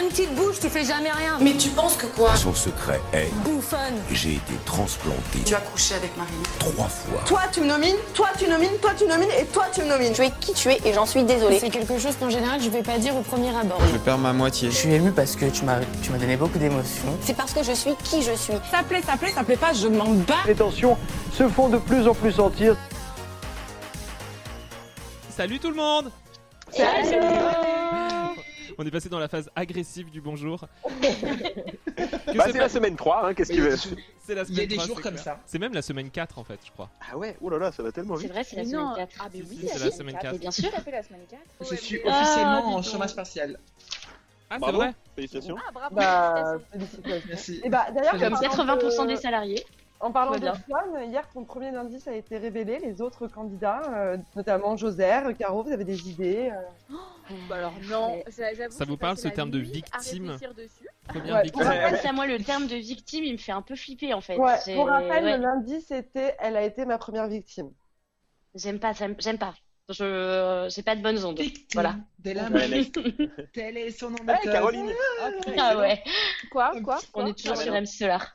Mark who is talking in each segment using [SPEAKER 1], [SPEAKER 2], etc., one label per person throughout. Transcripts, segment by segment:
[SPEAKER 1] une petite bouche, tu fais jamais rien.
[SPEAKER 2] Mais tu penses que quoi
[SPEAKER 3] Son secret est
[SPEAKER 1] Bouffonne.
[SPEAKER 3] j'ai été transplanté
[SPEAKER 2] Tu as couché avec Marine.
[SPEAKER 3] trois fois.
[SPEAKER 4] Toi, tu me nomines, toi, tu nomines, toi, tu nomines et toi, tu me nomines.
[SPEAKER 5] Tu es qui tu es et j'en suis désolée.
[SPEAKER 6] C'est quelque chose qu'en général je vais pas dire au premier abord.
[SPEAKER 7] Je perds ma moitié.
[SPEAKER 8] Je suis émue parce que tu m'as tu m'as donné beaucoup d'émotions.
[SPEAKER 5] C'est parce que je suis qui je suis.
[SPEAKER 6] Ça plaît, ça plaît, ça plaît pas, je m'en bats.
[SPEAKER 9] Les tensions se font de plus en plus sentir.
[SPEAKER 10] Salut tout le monde On est passé dans la phase agressive du bonjour. Que
[SPEAKER 9] Bah,
[SPEAKER 10] c'est
[SPEAKER 9] c'est
[SPEAKER 10] pas-
[SPEAKER 9] la semaine 3, hein, qu'est-ce
[SPEAKER 11] Mais
[SPEAKER 9] qu'il veut
[SPEAKER 10] c'est la
[SPEAKER 11] Il y a
[SPEAKER 10] semaine
[SPEAKER 11] des
[SPEAKER 10] 3,
[SPEAKER 11] jours
[SPEAKER 10] c'est
[SPEAKER 11] comme
[SPEAKER 10] clair.
[SPEAKER 11] ça.
[SPEAKER 10] C'est même la semaine 4 en fait, je crois.
[SPEAKER 9] Ah ouais, oh là là, ça va tellement vite.
[SPEAKER 2] vrai, c'est
[SPEAKER 6] la Mais semaine non.
[SPEAKER 2] 4. Ah, mais
[SPEAKER 10] Si, si, c'est la semaine 4.
[SPEAKER 2] bien sûr.
[SPEAKER 6] fait la semaine 4.
[SPEAKER 11] Je suis
[SPEAKER 2] Ah,
[SPEAKER 11] officiellement
[SPEAKER 2] dis
[SPEAKER 11] en
[SPEAKER 2] donc.
[SPEAKER 11] chômage partiel.
[SPEAKER 10] Ah, c'est
[SPEAKER 9] Bravo,
[SPEAKER 10] vrai
[SPEAKER 9] félicitations.
[SPEAKER 2] Ah, bravo.
[SPEAKER 4] Bah,
[SPEAKER 11] Merci.
[SPEAKER 4] Et bah, d'ailleurs,
[SPEAKER 2] Comme
[SPEAKER 4] en parlant
[SPEAKER 2] 80%
[SPEAKER 4] de-
[SPEAKER 2] des salariés.
[SPEAKER 4] En parlant
[SPEAKER 2] Tout
[SPEAKER 4] de
[SPEAKER 2] va
[SPEAKER 4] Swan, hier, ton premier indice a été révélé. Les autres candidats, euh, notamment Joser, Caro, vous avez des idées euh,
[SPEAKER 2] alors non.
[SPEAKER 10] Ça vous parle ce terme de victime Première
[SPEAKER 4] Ouais,
[SPEAKER 10] victime
[SPEAKER 2] Pour
[SPEAKER 9] Ouais,
[SPEAKER 2] rappel, ça, moi, le terme de victime, il me fait un peu flipper en fait.
[SPEAKER 4] Ouais,
[SPEAKER 2] J'ai-
[SPEAKER 4] pour rappel,
[SPEAKER 2] ouais.
[SPEAKER 4] l'indice était « Elle a été ma première victime
[SPEAKER 2] J'aime pas, ça me- j'aime pas. Je j'ai pas de bonnes ondes.
[SPEAKER 11] Victime
[SPEAKER 2] Voilà.
[SPEAKER 6] Mm.
[SPEAKER 11] de la
[SPEAKER 9] Ouais,
[SPEAKER 11] mort. Tel est son nom de
[SPEAKER 9] Ah,
[SPEAKER 11] code.
[SPEAKER 9] Caroline
[SPEAKER 11] Ah, putain,
[SPEAKER 2] Ah
[SPEAKER 11] excellent.
[SPEAKER 2] ouais,
[SPEAKER 6] Quoi
[SPEAKER 11] quoi
[SPEAKER 2] on est toujours
[SPEAKER 9] Ah,
[SPEAKER 2] sur
[SPEAKER 9] ouais.
[SPEAKER 2] M. Solar.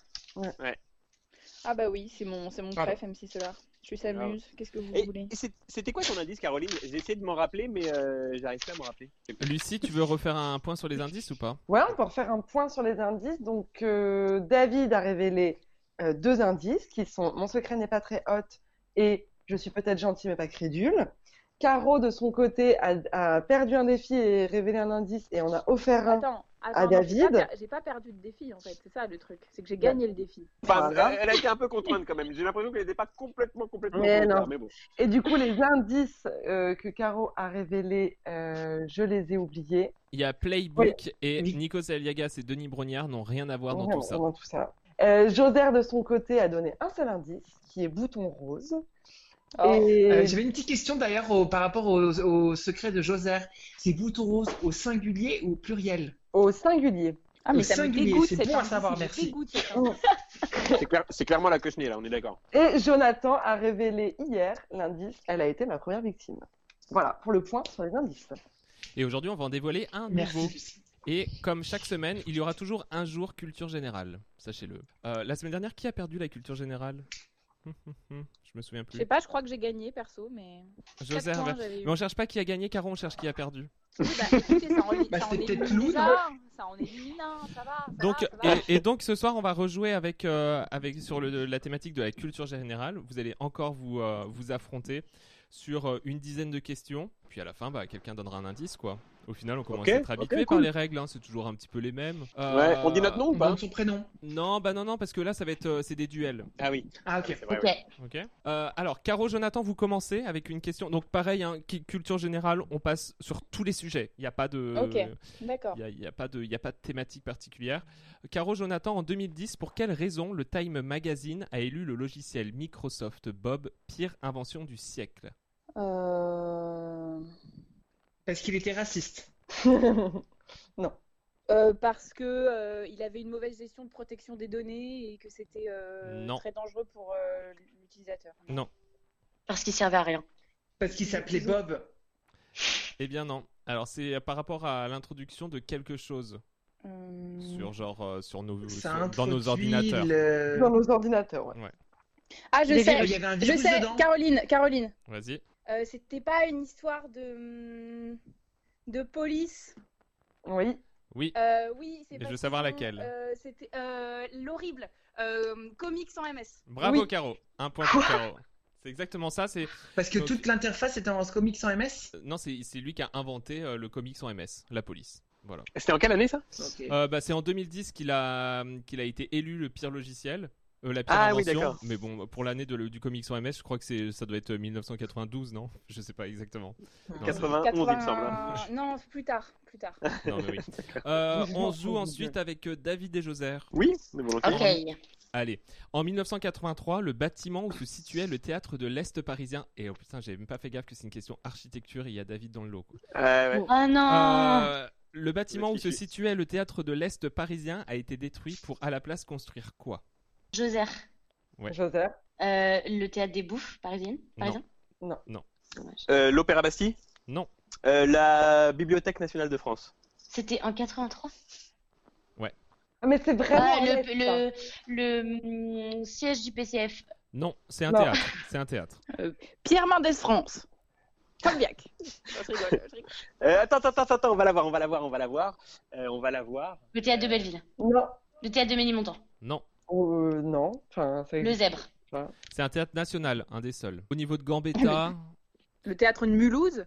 [SPEAKER 6] Ah bah oui, c'est mon, c'est mon
[SPEAKER 11] Pardon.
[SPEAKER 6] préf, MC Solar. Je suis s'amuse, qu'est-ce que vous
[SPEAKER 9] Et-
[SPEAKER 6] voulez
[SPEAKER 9] et c'est- C'était quoi ton indice, Caroline J'ai essayé de m'en rappeler, mais euh, j'arrive pas à me rappeler.
[SPEAKER 10] Lucie, tu veux refaire un point sur les indices ou pas ».
[SPEAKER 4] Ouais, on peut refaire un point sur les indices. Donc, euh, David a révélé euh, deux indices qui sont « Mon secret n'est pas très hot » et « Je suis peut-être gentil mais pas crédule ». Caro, de son côté, a, a perdu un défi et révélé un indice et on a offert un.
[SPEAKER 6] Attends,
[SPEAKER 4] attends, non, j'ai pas David per-
[SPEAKER 6] J'ai pas, perdu le défi en fait, c'est ça le truc, c'est que j'ai
[SPEAKER 4] gagné
[SPEAKER 6] le défi.
[SPEAKER 9] Enfin,
[SPEAKER 4] Voilà.
[SPEAKER 9] elle- elle a été un peu contrainte quand même. J'ai l'impression qu'elle n'était pas complètement, complètement
[SPEAKER 4] Mais
[SPEAKER 9] contrainte,
[SPEAKER 4] non.
[SPEAKER 9] mais bon.
[SPEAKER 4] Et du coup, les indices euh, que Caro a révélés, euh, je les ai oubliés.
[SPEAKER 10] Il y a Playbook et
[SPEAKER 4] Oui.
[SPEAKER 10] Nikos Aliagas et Denis Brognard n'ont rien à voir dans
[SPEAKER 4] Vraiment,
[SPEAKER 10] tout ça.
[SPEAKER 4] dans tout ça. Euh, Joser, de son côté, a donné un seul indice, qui est bouton rose.
[SPEAKER 6] Oh.
[SPEAKER 4] Et-
[SPEAKER 11] Euh, J'avais une petite question d'ailleurs au- par rapport au, au secret de Joser. C'est bouton rose au singulier ou au pluriel
[SPEAKER 4] Au singulier.
[SPEAKER 6] Ah mais
[SPEAKER 11] Au
[SPEAKER 6] ça me
[SPEAKER 11] singulier,
[SPEAKER 6] dégoûte
[SPEAKER 11] c'est
[SPEAKER 6] cette
[SPEAKER 11] bon à
[SPEAKER 6] partie,
[SPEAKER 11] savoir,
[SPEAKER 6] ça me
[SPEAKER 11] merci. Oh.
[SPEAKER 6] dégoûte, cette partie.
[SPEAKER 9] C'est clair- c'est clairement la cochenille, là, on est d'accord.
[SPEAKER 4] Et Jonathan a révélé hier l'indice, elle a été ma première victime. Voilà, pour le point sur les indices.
[SPEAKER 10] Et aujourd'hui, on va en dévoiler un nouveau.
[SPEAKER 11] Merci.
[SPEAKER 10] Et comme chaque semaine, il y aura toujours un jour culture générale. Sachez-le. Euh, la semaine dernière, qui a perdu la culture générale Hum, hum, hum, Je me souviens
[SPEAKER 6] Je
[SPEAKER 10] plus.
[SPEAKER 6] sais pas, je crois que j'ai gagné perso, mais.
[SPEAKER 10] Joser,
[SPEAKER 6] Quatre points,
[SPEAKER 10] va-
[SPEAKER 6] j'avais eu.
[SPEAKER 10] mais on cherche pas qui a gagné, car on cherche qui a perdu.
[SPEAKER 6] Oui, bah, écoutez, ça en est-
[SPEAKER 11] Bah,
[SPEAKER 6] ça en
[SPEAKER 11] c'était
[SPEAKER 6] est
[SPEAKER 11] peut-être
[SPEAKER 6] une
[SPEAKER 11] Lou,
[SPEAKER 6] déjà,
[SPEAKER 11] non
[SPEAKER 6] Ça en est une, hein, ça va. ça
[SPEAKER 10] Donc,
[SPEAKER 6] va, ça
[SPEAKER 11] euh,
[SPEAKER 6] va.
[SPEAKER 10] et, et donc ce soir, on va rejouer avec, euh, avec sur le- la thématique de la culture générale. Vous allez encore vous, euh, vous affronter sur euh, une dizaine de questions. Puis à la fin, bah, quelqu'un donnera un indice, quoi. Au final, on commence
[SPEAKER 9] Ok,
[SPEAKER 10] à être
[SPEAKER 9] ok,
[SPEAKER 10] habitué par
[SPEAKER 9] cool.
[SPEAKER 10] les règles. hein, C'est toujours un petit peu les mêmes. Euh,
[SPEAKER 9] Ouais, on dit notre nom ou
[SPEAKER 11] On
[SPEAKER 9] pas
[SPEAKER 11] donne Euh, son prénom.
[SPEAKER 10] Non, bah non, non, parce que là, ça va être, euh, c'est des duels.
[SPEAKER 9] Ah oui.
[SPEAKER 11] Ah
[SPEAKER 9] Ah,
[SPEAKER 11] ok.
[SPEAKER 9] c'est vrai,
[SPEAKER 2] Ok.
[SPEAKER 9] ouais.
[SPEAKER 10] Ok. Euh, alors, Caro, Jonathan, vous commencez avec une question. Donc, pareil, hein, qui- culture générale, on passe sur tous les sujets. Il n'y a pas de.
[SPEAKER 6] Ok. D'accord.
[SPEAKER 10] Il n'y a, pas de- il y a pas de thématique particulière. Caro Jonathan, en 2010, pour quelle raison le Time Magazine a élu le logiciel Microsoft Bob pire invention du siècle
[SPEAKER 6] Euh...
[SPEAKER 11] Parce qu'il était raciste.
[SPEAKER 6] euh, parce que euh, il avait une mauvaise gestion de protection des données et que c'était euh,
[SPEAKER 10] Non.
[SPEAKER 6] très dangereux pour euh, l'utilisateur.
[SPEAKER 10] Non.
[SPEAKER 2] Parce qu'il servait à rien.
[SPEAKER 11] Parce qu'il s'appelait Bob.
[SPEAKER 10] Eh bien, non. Alors, c'est par rapport à l'introduction de quelque chose
[SPEAKER 6] Euh,
[SPEAKER 10] sur, genre, euh, sur nos,
[SPEAKER 11] Mmh. Ça
[SPEAKER 10] sur- dans nos
[SPEAKER 11] introduit
[SPEAKER 10] ordinateurs.
[SPEAKER 11] le-
[SPEAKER 4] Dans nos ordinateurs, ouais.
[SPEAKER 6] Ah, je
[SPEAKER 11] les-
[SPEAKER 6] sais.
[SPEAKER 11] Il y avait un
[SPEAKER 6] Je
[SPEAKER 11] virus
[SPEAKER 6] sais.
[SPEAKER 11] dedans.
[SPEAKER 6] Caroline, Caroline.
[SPEAKER 10] Vas-y.
[SPEAKER 6] Euh, c'était pas une histoire de hum, de police.
[SPEAKER 4] Oui.
[SPEAKER 10] Oui.
[SPEAKER 6] Euh, oui, c'est
[SPEAKER 10] Mais
[SPEAKER 6] pas
[SPEAKER 10] je veux savoir
[SPEAKER 6] son-
[SPEAKER 10] laquelle.
[SPEAKER 6] euh, c'était euh, l'horrible euh, comics sans MS.
[SPEAKER 10] Bravo,
[SPEAKER 4] Oui.
[SPEAKER 10] Caro. Un point pour Caro. C'est exactement ça. C'est
[SPEAKER 11] Parce que
[SPEAKER 10] Donc-
[SPEAKER 11] toute l'interface était en comics sans MS.
[SPEAKER 10] euh, non, c'est c'est lui qui a inventé euh, le comics en MS, la police. Voilà.
[SPEAKER 9] C'était en quelle année ça
[SPEAKER 11] Ok.
[SPEAKER 10] Euh, bah, c'est en 2010 qu'il a, qu'il a été élu le pire logiciel. euh, la pire
[SPEAKER 9] Ah oui,
[SPEAKER 10] invention.
[SPEAKER 9] d'accord.
[SPEAKER 10] mais bon, pour l'année de le- du comics en MS, je crois que c'est, ça doit être euh, 1992, non Je sais pas exactement. Non,
[SPEAKER 9] 91, il me semble. hein.
[SPEAKER 6] 80 Non, plus tard, plus tard.
[SPEAKER 10] c'est- non, mais oui. Euh,
[SPEAKER 4] Excuse-moi,
[SPEAKER 10] on
[SPEAKER 4] oh
[SPEAKER 10] joue
[SPEAKER 4] mon
[SPEAKER 10] ensuite avec euh, David et Joser.
[SPEAKER 9] Oui, mais bon, ok.
[SPEAKER 2] Ok.
[SPEAKER 10] Allez, en 1983, le bâtiment où se situait le théâtre de l'Est parisien. Et oh putain, j'ai même pas fait gaffe que c'est une question architecture et il y a David dans le lot. quoi.
[SPEAKER 9] Euh, ouais.
[SPEAKER 2] Oh non.
[SPEAKER 10] Euh, le bâtiment où se
[SPEAKER 9] Rectifié.
[SPEAKER 10] situait le théâtre de l'Est parisien a été détruit pour à la place construire quoi
[SPEAKER 2] Joser.
[SPEAKER 10] Ouais.
[SPEAKER 4] Joser.
[SPEAKER 2] Euh, le théâtre des bouffes parisienne, par
[SPEAKER 10] Non.
[SPEAKER 2] exemple
[SPEAKER 4] Non.
[SPEAKER 10] Non.
[SPEAKER 2] Dommage.
[SPEAKER 9] Euh, L'Opéra Bastille
[SPEAKER 10] Non.
[SPEAKER 9] Euh, La Bibliothèque nationale de France.
[SPEAKER 2] C'était en 83
[SPEAKER 4] Ah, Mais c'est vraiment.
[SPEAKER 2] Ah,
[SPEAKER 4] honnête,
[SPEAKER 2] le,
[SPEAKER 4] ça.
[SPEAKER 2] le, le, hum, siège du PCF.
[SPEAKER 10] Non, c'est un
[SPEAKER 4] Non.
[SPEAKER 10] théâtre. C'est un théâtre.
[SPEAKER 1] Pierre Mendès France. Colbiac.
[SPEAKER 6] Je rigole, je rigole.
[SPEAKER 9] Euh, attends, attends, attends, attends, on va la voir, on va la voir, on va la voir. Euh, on va la voir.
[SPEAKER 2] Le théâtre de Belleville.
[SPEAKER 4] Non.
[SPEAKER 2] Le théâtre de Ménilmontant.
[SPEAKER 10] Non,
[SPEAKER 4] Euh, non. Enfin, ça
[SPEAKER 2] Le
[SPEAKER 4] existe.
[SPEAKER 2] zèbre.
[SPEAKER 10] c'est un théâtre national, un des seuls. Au niveau de Gambetta.
[SPEAKER 6] Le théâtre de Mulhouse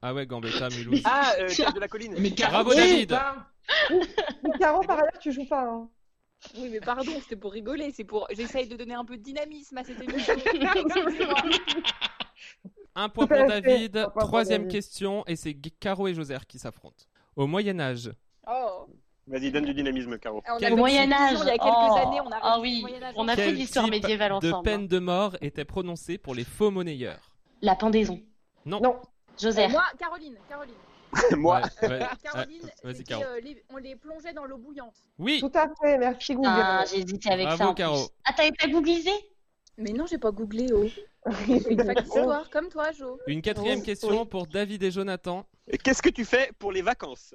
[SPEAKER 10] Ah ouais, Gambetta, Mulhouse.
[SPEAKER 9] Ah, euh, Théâtre de la colline.
[SPEAKER 11] Mais Caro,
[SPEAKER 10] Bravo,
[SPEAKER 11] tu
[SPEAKER 10] David.
[SPEAKER 11] joues pas
[SPEAKER 4] Mais Caro, par ailleurs, tu joues pas. hein.
[SPEAKER 6] Oui, mais pardon, c'était pour rigoler. C'est pour. J'essaye de donner un peu de dynamisme à cette émission. Excusez-moi.
[SPEAKER 10] Un point
[SPEAKER 4] Tout à
[SPEAKER 10] pour
[SPEAKER 4] fait. Un
[SPEAKER 10] David.
[SPEAKER 4] point pour
[SPEAKER 10] Troisième
[SPEAKER 4] David.
[SPEAKER 10] question, et c'est Gu- Caro et Joser qui s'affrontent. Au Moyen-Âge,
[SPEAKER 6] Oh. Ah,
[SPEAKER 9] Vas-y, donne du dynamisme, Caro.
[SPEAKER 6] On a
[SPEAKER 10] Au
[SPEAKER 6] fait
[SPEAKER 2] Au
[SPEAKER 6] une
[SPEAKER 2] Moyen-Âge.
[SPEAKER 6] émission Il y a quelques
[SPEAKER 2] Oh.
[SPEAKER 6] années, on a
[SPEAKER 2] Ah
[SPEAKER 6] réussi le
[SPEAKER 2] oui,
[SPEAKER 6] Moyen-Âge.
[SPEAKER 2] on a fait
[SPEAKER 10] quel
[SPEAKER 2] l'histoire
[SPEAKER 10] type
[SPEAKER 2] médiévale
[SPEAKER 10] de
[SPEAKER 2] ensemble. hein.
[SPEAKER 10] peine de mort était prononcée pour les faux monnayeurs
[SPEAKER 2] La pendaison.
[SPEAKER 10] Non.
[SPEAKER 4] Non.
[SPEAKER 2] José.
[SPEAKER 6] Euh, Moi, Caroline, Caroline.
[SPEAKER 9] Moi,
[SPEAKER 10] Ouais, ouais,
[SPEAKER 6] Caroline,
[SPEAKER 10] ouais, vas-y,
[SPEAKER 6] c'était,
[SPEAKER 10] Caro.
[SPEAKER 6] euh, les- on les plongeait dans l'eau bouillante.
[SPEAKER 10] Oui,
[SPEAKER 4] Tout à fait. Merci,
[SPEAKER 2] Ah,
[SPEAKER 4] Google.
[SPEAKER 2] j'ai hésité avec
[SPEAKER 10] Bravo,
[SPEAKER 2] ça en
[SPEAKER 10] Caro.
[SPEAKER 2] plus. Ah, t'avais pas googlisé
[SPEAKER 6] Mais non, j'ai pas googlé, oh. Une fac
[SPEAKER 2] hein.
[SPEAKER 6] d'histoire, comme toi, Jo.
[SPEAKER 10] une quatrième question pour David et Jonathan.
[SPEAKER 9] qu'est-ce que tu fais pour les vacances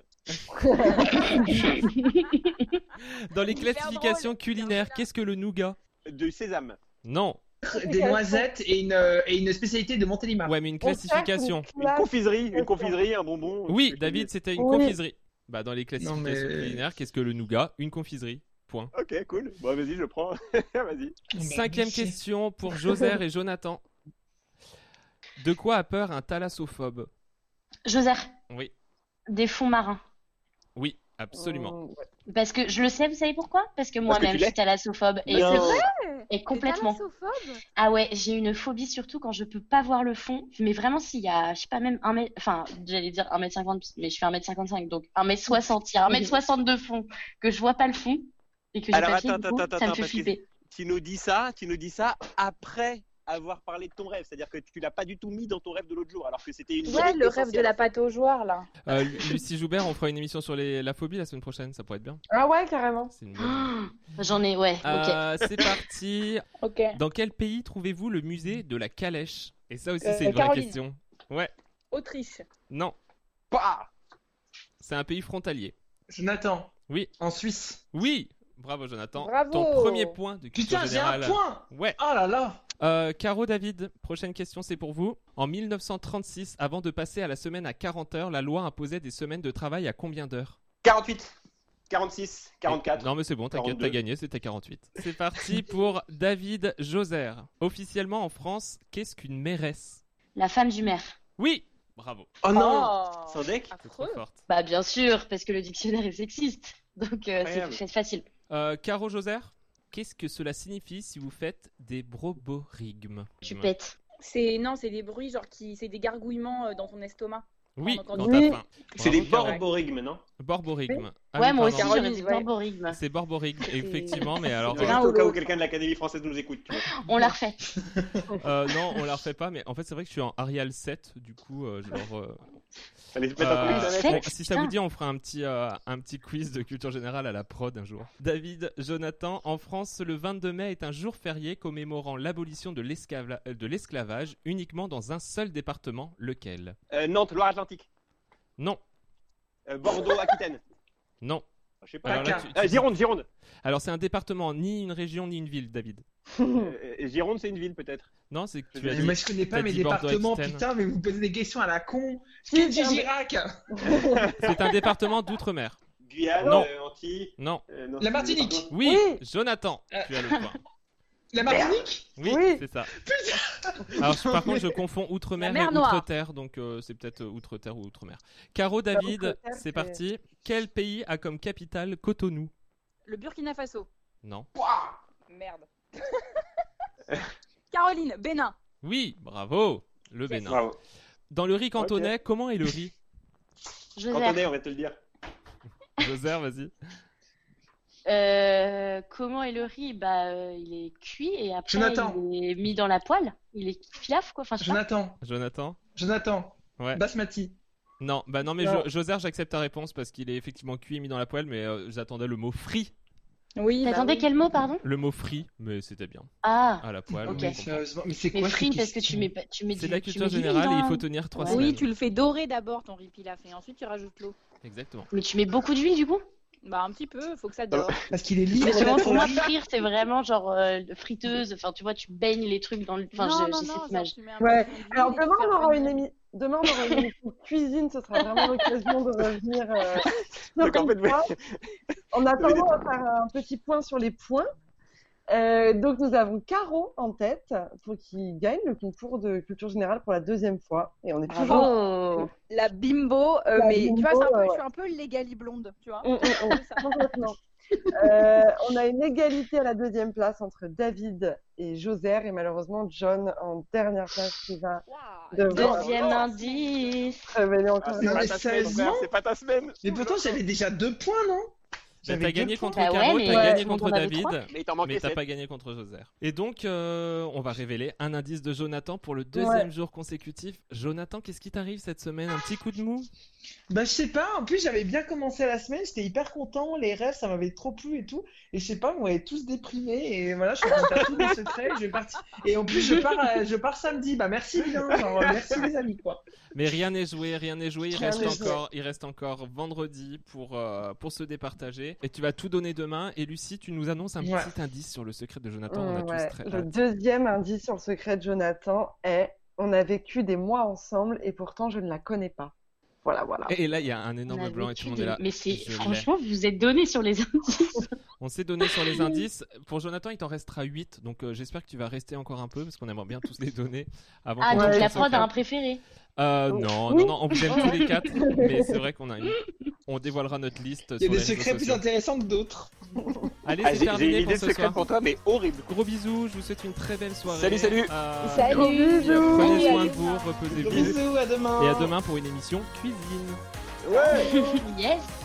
[SPEAKER 10] Dans les
[SPEAKER 6] Hyper
[SPEAKER 10] classifications
[SPEAKER 6] drôle.
[SPEAKER 10] culinaires, qu'est-ce que le
[SPEAKER 4] Ah.
[SPEAKER 10] nougat
[SPEAKER 9] De sésame.
[SPEAKER 10] Non,
[SPEAKER 11] Des noisettes et une, euh, et une spécialité de Montélimar.
[SPEAKER 10] ouais, mais une
[SPEAKER 4] On cherche une
[SPEAKER 10] classification.
[SPEAKER 9] Une
[SPEAKER 4] classe-
[SPEAKER 9] confiserie, une confiserie, un bonbon.
[SPEAKER 10] Oui, David, c'était une
[SPEAKER 4] Oui.
[SPEAKER 10] confiserie. Bah, dans les classifications
[SPEAKER 11] Non, mais-
[SPEAKER 10] culinaires, qu'est-ce que le nougat Une confiserie. Point.
[SPEAKER 9] Ok, cool. Bon, vas-y, je prends. vas-y.
[SPEAKER 10] Cinquième question pour Joser et Jonathan. De quoi a peur un thalassophobe
[SPEAKER 2] José.
[SPEAKER 10] Oui,
[SPEAKER 2] Des fonds marins.
[SPEAKER 10] oui,
[SPEAKER 11] Oh.
[SPEAKER 10] absolument.
[SPEAKER 4] Euh, ouais.
[SPEAKER 2] Parce que je le sais, vous savez pourquoi Parce que
[SPEAKER 9] que
[SPEAKER 2] moi-même,
[SPEAKER 9] tu
[SPEAKER 2] je
[SPEAKER 9] l'es.
[SPEAKER 2] suis thalassophobe. Et,
[SPEAKER 9] Non.
[SPEAKER 2] euh,
[SPEAKER 6] Ouais.
[SPEAKER 2] et complètement.
[SPEAKER 6] T'es thalassophobe
[SPEAKER 2] Ah ouais, j'ai une phobie surtout quand je peux pas voir le fond. Mais vraiment, s'il y a, je sais pas, même un mètre. Enfin, j'allais dire 1m50, mais je fais 1m55, donc 1m60. Il y a 1m60 de fond que je vois pas le fond et que j'ai
[SPEAKER 9] Alors,
[SPEAKER 2] pas fait,
[SPEAKER 9] attends,
[SPEAKER 2] du coup,
[SPEAKER 9] attends,
[SPEAKER 2] ça me
[SPEAKER 9] attends,
[SPEAKER 2] fait
[SPEAKER 9] parce que-
[SPEAKER 2] flipper.
[SPEAKER 9] Tu nous dis ça, tu nous dis ça après avoir parlé de ton rêve. C'est-à-dire que tu l'as pas du tout mis dans ton rêve de l'autre jour, alors que c'était une.
[SPEAKER 6] Ouais, le rêve de la pâte aux joueurs, là.
[SPEAKER 10] Euh, Lucie Joubert, on fera une émission sur les- la phobie la semaine prochaine, ça pourrait être bien.
[SPEAKER 4] Ah ouais, carrément.
[SPEAKER 10] C'est une bonne idée.
[SPEAKER 2] Ah, J'en ai, ouais, ok.
[SPEAKER 10] Euh, C'est parti.
[SPEAKER 6] Ok.
[SPEAKER 10] Dans quel pays trouvez-vous le musée de la calèche Et ça aussi,
[SPEAKER 6] Euh,
[SPEAKER 10] c'est une vraie
[SPEAKER 6] Caroline.
[SPEAKER 10] question. Ouais,
[SPEAKER 6] Autriche.
[SPEAKER 10] non,
[SPEAKER 11] Bah
[SPEAKER 10] c'est un pays frontalier.
[SPEAKER 11] Jonathan.
[SPEAKER 10] Oui.
[SPEAKER 11] En Suisse.
[SPEAKER 10] Oui, bravo Jonathan.
[SPEAKER 6] Bravo.
[SPEAKER 10] Ton premier point de culture
[SPEAKER 11] Putain, j'ai un
[SPEAKER 10] générale.
[SPEAKER 11] point
[SPEAKER 10] Ouais.
[SPEAKER 11] Oh là là
[SPEAKER 10] Euh, Caro David, prochaine question, c'est pour vous. En 1936, avant de passer à la semaine à 40 heures, la loi imposait des semaines de travail à combien d'heures
[SPEAKER 9] 48, 46, 44.
[SPEAKER 10] Non, mais c'est bon, t'inquiète,
[SPEAKER 9] 42.
[SPEAKER 10] t'as gagné, c'était 48. C'est parti pour David Joser. Officiellement en France, qu'est-ce qu'une mairesse
[SPEAKER 2] La femme du maire.
[SPEAKER 10] Oui Bravo,
[SPEAKER 11] Oh non
[SPEAKER 6] Oh,
[SPEAKER 9] Sans deck
[SPEAKER 10] c'est trop
[SPEAKER 6] Affreux.
[SPEAKER 10] forte.
[SPEAKER 2] Bah, bien sûr, parce que le dictionnaire est sexiste. Donc, euh, c'est
[SPEAKER 9] Incroyable.
[SPEAKER 2] c'est facile.
[SPEAKER 10] Euh, Caro Joser, qu'est-ce que cela signifie si vous faites des broborigmes
[SPEAKER 2] Tu pètes.
[SPEAKER 6] C'est non, c'est des bruits genre qui, c'est des gargouillements euh, dans ton estomac.
[SPEAKER 10] Oui, quand
[SPEAKER 6] Pendant qu'on
[SPEAKER 10] t'as
[SPEAKER 4] dit-
[SPEAKER 10] faim.
[SPEAKER 9] C'est les
[SPEAKER 10] Bravo, Caro.
[SPEAKER 9] borborigmes, maintenant.
[SPEAKER 10] Borborigmes. Ah
[SPEAKER 2] ouais,
[SPEAKER 10] oui,
[SPEAKER 2] moi aussi,
[SPEAKER 10] pardon.
[SPEAKER 6] Caroline,
[SPEAKER 2] j'aurais dit
[SPEAKER 6] ouais.
[SPEAKER 2] borborigme.
[SPEAKER 10] C'est borborigme, effectivement, mais alors.
[SPEAKER 9] C'est
[SPEAKER 10] euh,
[SPEAKER 2] L'un
[SPEAKER 9] juste au
[SPEAKER 2] ou
[SPEAKER 9] cas où
[SPEAKER 6] Ah,
[SPEAKER 2] l'autre.
[SPEAKER 9] quelqu'un de l'Académie française nous écoute. tu vois.
[SPEAKER 2] On la refait.
[SPEAKER 10] Euh, non, on la refait pas, mais en fait, c'est vrai que je suis en Arial 7, du coup, euh, genre. euh,
[SPEAKER 9] Fallait se mettre un peu
[SPEAKER 10] euh,
[SPEAKER 9] plus à l'aise,
[SPEAKER 2] Sept,
[SPEAKER 10] bon,
[SPEAKER 9] mec.
[SPEAKER 10] si ça
[SPEAKER 2] putain.
[SPEAKER 10] vous dit, on fera un petit, euh, un petit quiz de culture générale à la prod un jour. David, Jonathan, en France, le 22 mai est un jour férié commémorant l'abolition de l'escava- euh, de l'esclavage uniquement dans un seul département, lequel
[SPEAKER 9] Euh, Nantes, Loire-Atlantique.
[SPEAKER 10] Non,
[SPEAKER 9] Euh, Bordeaux, Aquitaine.
[SPEAKER 10] non.
[SPEAKER 9] Je sais pas.
[SPEAKER 10] Alors, là,
[SPEAKER 11] Paca.
[SPEAKER 10] tu- tu-
[SPEAKER 9] Euh, Gironde, Gironde.
[SPEAKER 10] alors, c'est un département, ni une région, ni une ville, David.
[SPEAKER 6] Mm.
[SPEAKER 9] Euh, Gironde, c'est une ville peut-être.
[SPEAKER 10] Non, c'est que tu
[SPEAKER 9] Mais
[SPEAKER 10] as
[SPEAKER 11] Mais
[SPEAKER 10] dit.
[SPEAKER 11] moi je connais
[SPEAKER 10] t'as
[SPEAKER 11] pas mes
[SPEAKER 10] dit Bordeaux
[SPEAKER 11] départements,
[SPEAKER 10] Aquitaine.
[SPEAKER 11] putain, mais vous me posez des questions à la con
[SPEAKER 4] Si,
[SPEAKER 11] Kenji
[SPEAKER 4] tiens,
[SPEAKER 11] Girac
[SPEAKER 10] C'est un département d'outre-mer.
[SPEAKER 9] Guyane,
[SPEAKER 10] Non.
[SPEAKER 9] euh, Antilles.
[SPEAKER 10] Non.
[SPEAKER 9] euh, non,
[SPEAKER 11] La
[SPEAKER 9] c'est-
[SPEAKER 11] Martinique.
[SPEAKER 9] pardon.
[SPEAKER 10] Oui,
[SPEAKER 4] Oui.
[SPEAKER 10] Jonathan,
[SPEAKER 11] Euh.
[SPEAKER 10] tu as le point.
[SPEAKER 11] La Martinique
[SPEAKER 10] Oui,
[SPEAKER 4] Oui.
[SPEAKER 10] c'est ça. Alors, je- par contre, je confonds
[SPEAKER 6] La
[SPEAKER 10] Outre-mer et
[SPEAKER 6] mer Noire.
[SPEAKER 10] Outre-terre, donc euh, c'est peut-être euh, Outre-terre ou Outre-mer. Caro, David,
[SPEAKER 4] Bah, Outre-terre,
[SPEAKER 10] c'est
[SPEAKER 4] c'est-
[SPEAKER 10] parti. Quel pays a comme capitale Cotonou
[SPEAKER 6] Le Burkina Faso.
[SPEAKER 10] Non.
[SPEAKER 6] Merde. Caroline, Bénin.
[SPEAKER 10] Oui, bravo, le Bénin.
[SPEAKER 9] Bravo.
[SPEAKER 10] Dans le riz cantonais, comment est le riz
[SPEAKER 9] Quand
[SPEAKER 2] José.
[SPEAKER 9] on est, on va te le dire.
[SPEAKER 10] Joser, vas-y.
[SPEAKER 2] Euh, comment est le riz? Bah, euh, il est cuit et après
[SPEAKER 11] Jonathan.
[SPEAKER 2] il est mis dans la poêle. Il est pilaf quoi. Enfin, je sais pas.
[SPEAKER 11] Jonathan
[SPEAKER 10] Jonathan
[SPEAKER 11] Jonathan
[SPEAKER 10] Ouais.
[SPEAKER 11] Basmati
[SPEAKER 10] Non, bah non, mais
[SPEAKER 4] Non.
[SPEAKER 10] Jo- Joser, j'accepte ta réponse parce qu'il est effectivement cuit et mis dans la poêle, mais euh, j'attendais le mot frit.
[SPEAKER 6] Oui.
[SPEAKER 2] T'attendais quel mot, pardon?
[SPEAKER 10] Le mot frit, mais c'était bien.
[SPEAKER 2] Ah,
[SPEAKER 10] À la poêle.
[SPEAKER 2] Ok.
[SPEAKER 10] on
[SPEAKER 11] Mais
[SPEAKER 10] comprend.
[SPEAKER 11] sérieusement, mais c'est
[SPEAKER 2] mais
[SPEAKER 11] quoi
[SPEAKER 2] frit
[SPEAKER 11] cette
[SPEAKER 2] parce que tu
[SPEAKER 11] question
[SPEAKER 2] mets pas, tu mets
[SPEAKER 10] C'est
[SPEAKER 2] du,
[SPEAKER 10] de la
[SPEAKER 2] tu
[SPEAKER 10] culture
[SPEAKER 2] mets du riz
[SPEAKER 10] générale et il
[SPEAKER 2] dans-
[SPEAKER 10] faut tenir trois
[SPEAKER 2] Ouais.
[SPEAKER 10] semaines.
[SPEAKER 6] Oui, tu le fais dorer d'abord ton riz pilaf et ensuite tu rajoutes l'eau.
[SPEAKER 10] Exactement.
[SPEAKER 2] Mais tu mets beaucoup d'huile du coup
[SPEAKER 6] Bah, un petit peu, faut que ça dort.
[SPEAKER 11] Parce qu'il est libre.
[SPEAKER 2] Mais souvent, pour moi,
[SPEAKER 11] d'être-
[SPEAKER 2] frire, c'est vraiment genre euh, friteuse. Enfin, tu vois, tu baignes les trucs dans le. Enfin,
[SPEAKER 6] non,
[SPEAKER 2] j'ai-
[SPEAKER 6] non,
[SPEAKER 2] j'ai
[SPEAKER 6] non,
[SPEAKER 2] cette
[SPEAKER 6] genre,
[SPEAKER 2] image.
[SPEAKER 6] tu mets un
[SPEAKER 4] Ouais.
[SPEAKER 6] peu d'huile
[SPEAKER 4] Alors
[SPEAKER 6] et
[SPEAKER 4] demain
[SPEAKER 6] tu
[SPEAKER 4] on
[SPEAKER 6] fais
[SPEAKER 4] aura une
[SPEAKER 6] revenir.
[SPEAKER 4] émi- demain on aura une émission de cuisine, ce sera vraiment l'occasion de revenir. euh, sur
[SPEAKER 9] Donc, en fait,
[SPEAKER 4] une fois. En attendant, on va faire un petit point sur les points. Euh, donc nous avons Caro en tête pour qu'il gagne le concours de culture générale pour la deuxième fois et on est toujours.
[SPEAKER 2] Bravo
[SPEAKER 6] La bimbo, euh,
[SPEAKER 4] La
[SPEAKER 6] mais tu vois, c'est un
[SPEAKER 4] bimbo,
[SPEAKER 6] peu-
[SPEAKER 4] ouais,
[SPEAKER 6] je suis un peu légali blonde, tu vois.
[SPEAKER 4] Mm, mm, mm.
[SPEAKER 6] C'est ça.
[SPEAKER 4] Complètement. Euh, on a une égalité à la deuxième place entre David et Joser et malheureusement John en dernière place qui va
[SPEAKER 6] Waouh,
[SPEAKER 4] Demain.
[SPEAKER 2] Deuxième indice.
[SPEAKER 4] révéler
[SPEAKER 9] Ah,
[SPEAKER 4] encore.
[SPEAKER 9] c'est
[SPEAKER 11] Non,
[SPEAKER 9] pas
[SPEAKER 11] mais
[SPEAKER 9] ta semaine,
[SPEAKER 11] sérieusement
[SPEAKER 9] frère, c'est pas ta semaine.
[SPEAKER 11] Mais pourtant, j'avais déjà deux points, non
[SPEAKER 10] Bah,
[SPEAKER 11] J'avais
[SPEAKER 10] t'as
[SPEAKER 11] deux
[SPEAKER 10] gagné
[SPEAKER 11] points.
[SPEAKER 10] contre
[SPEAKER 2] Bah ouais,
[SPEAKER 10] Caro,
[SPEAKER 2] mais-
[SPEAKER 10] t'as
[SPEAKER 2] Ouais,
[SPEAKER 10] gagné
[SPEAKER 2] tout le monde
[SPEAKER 10] contre
[SPEAKER 2] en avait
[SPEAKER 10] David,
[SPEAKER 2] trois.
[SPEAKER 9] Mais il t'en manquait
[SPEAKER 10] mais t'as
[SPEAKER 9] sept.
[SPEAKER 10] pas gagné contre Joser. Et donc, euh, on va révéler un indice de Jonathan pour le deuxième jour consécutif. Jonathan, qu'est-ce qui t'arrive cette semaine Un petit coup de mou
[SPEAKER 11] Bah, je sais pas. En plus, j'avais bien commencé la semaine. J'étais hyper content. Les rêves, ça m'avait trop plu et tout. Et je sais pas, vous m'avez tous déprimé. Et voilà, je suis en train de faire tous mes secrets. Je vais partir. Et en plus, je pars, euh, je pars samedi. Bah, merci bien. Genre, merci les amis, quoi.
[SPEAKER 10] Mais rien n'est joué, rien n'est joué. Il
[SPEAKER 11] Rien
[SPEAKER 10] reste,
[SPEAKER 11] n'est joué.
[SPEAKER 10] encore, il reste encore vendredi pour, euh, pour se départager. Et tu vas tout donner demain. Et Lucie, tu nous annonces un
[SPEAKER 11] Ouais.
[SPEAKER 10] petit indice sur le secret de Jonathan. on a
[SPEAKER 4] Mm, ouais.
[SPEAKER 10] tous très
[SPEAKER 4] Le
[SPEAKER 10] hâte.
[SPEAKER 4] deuxième indice sur le secret de Jonathan est on a vécu des mois ensemble et pourtant je ne la connais pas. Voilà, voilà.
[SPEAKER 10] Et là, il y a un
[SPEAKER 2] On
[SPEAKER 10] énorme
[SPEAKER 2] a
[SPEAKER 10] blanc et
[SPEAKER 2] vécu
[SPEAKER 10] tout le monde
[SPEAKER 2] des-
[SPEAKER 10] est là.
[SPEAKER 2] Mais c'est
[SPEAKER 10] Je l'ai.
[SPEAKER 2] franchement, vous vous êtes donné sur les indices.
[SPEAKER 10] On s'est donné sur les indices. Pour Jonathan, il t'en restera 8. Donc euh, j'espère que tu vas rester encore un peu parce qu'on aimerait bien tous les donner avant
[SPEAKER 2] Ah,
[SPEAKER 10] qu'on
[SPEAKER 2] donc
[SPEAKER 10] parte
[SPEAKER 2] la
[SPEAKER 10] en
[SPEAKER 2] prod
[SPEAKER 10] secret.
[SPEAKER 2] a un Oh. préféré.
[SPEAKER 10] Euh, non, non, non, on vous aime tous les quatre, mais c'est vrai qu'on a une... On dévoilera notre liste
[SPEAKER 11] Il y
[SPEAKER 10] sur
[SPEAKER 11] a des
[SPEAKER 10] les réseaux
[SPEAKER 11] secrets plus
[SPEAKER 10] sociaux.
[SPEAKER 11] intéressants que d'autres.
[SPEAKER 10] Allez,
[SPEAKER 9] Ah,
[SPEAKER 10] c'est
[SPEAKER 9] J'ai j'ai
[SPEAKER 10] terminé
[SPEAKER 9] une
[SPEAKER 10] pour
[SPEAKER 9] idée
[SPEAKER 10] ce
[SPEAKER 9] secrète
[SPEAKER 10] soir.
[SPEAKER 9] pour toi, mais horrible.
[SPEAKER 10] Gros bisous, je vous souhaite une très belle soirée.
[SPEAKER 9] Salut, salut.
[SPEAKER 10] Euh,
[SPEAKER 6] Salut. Gros
[SPEAKER 4] bisous.
[SPEAKER 10] Prenez soin
[SPEAKER 6] Salut.
[SPEAKER 10] de vous, reposez-vous.
[SPEAKER 11] Bisous, à demain.
[SPEAKER 10] Et à demain pour une émission cuisine.
[SPEAKER 9] Ouais.
[SPEAKER 2] yes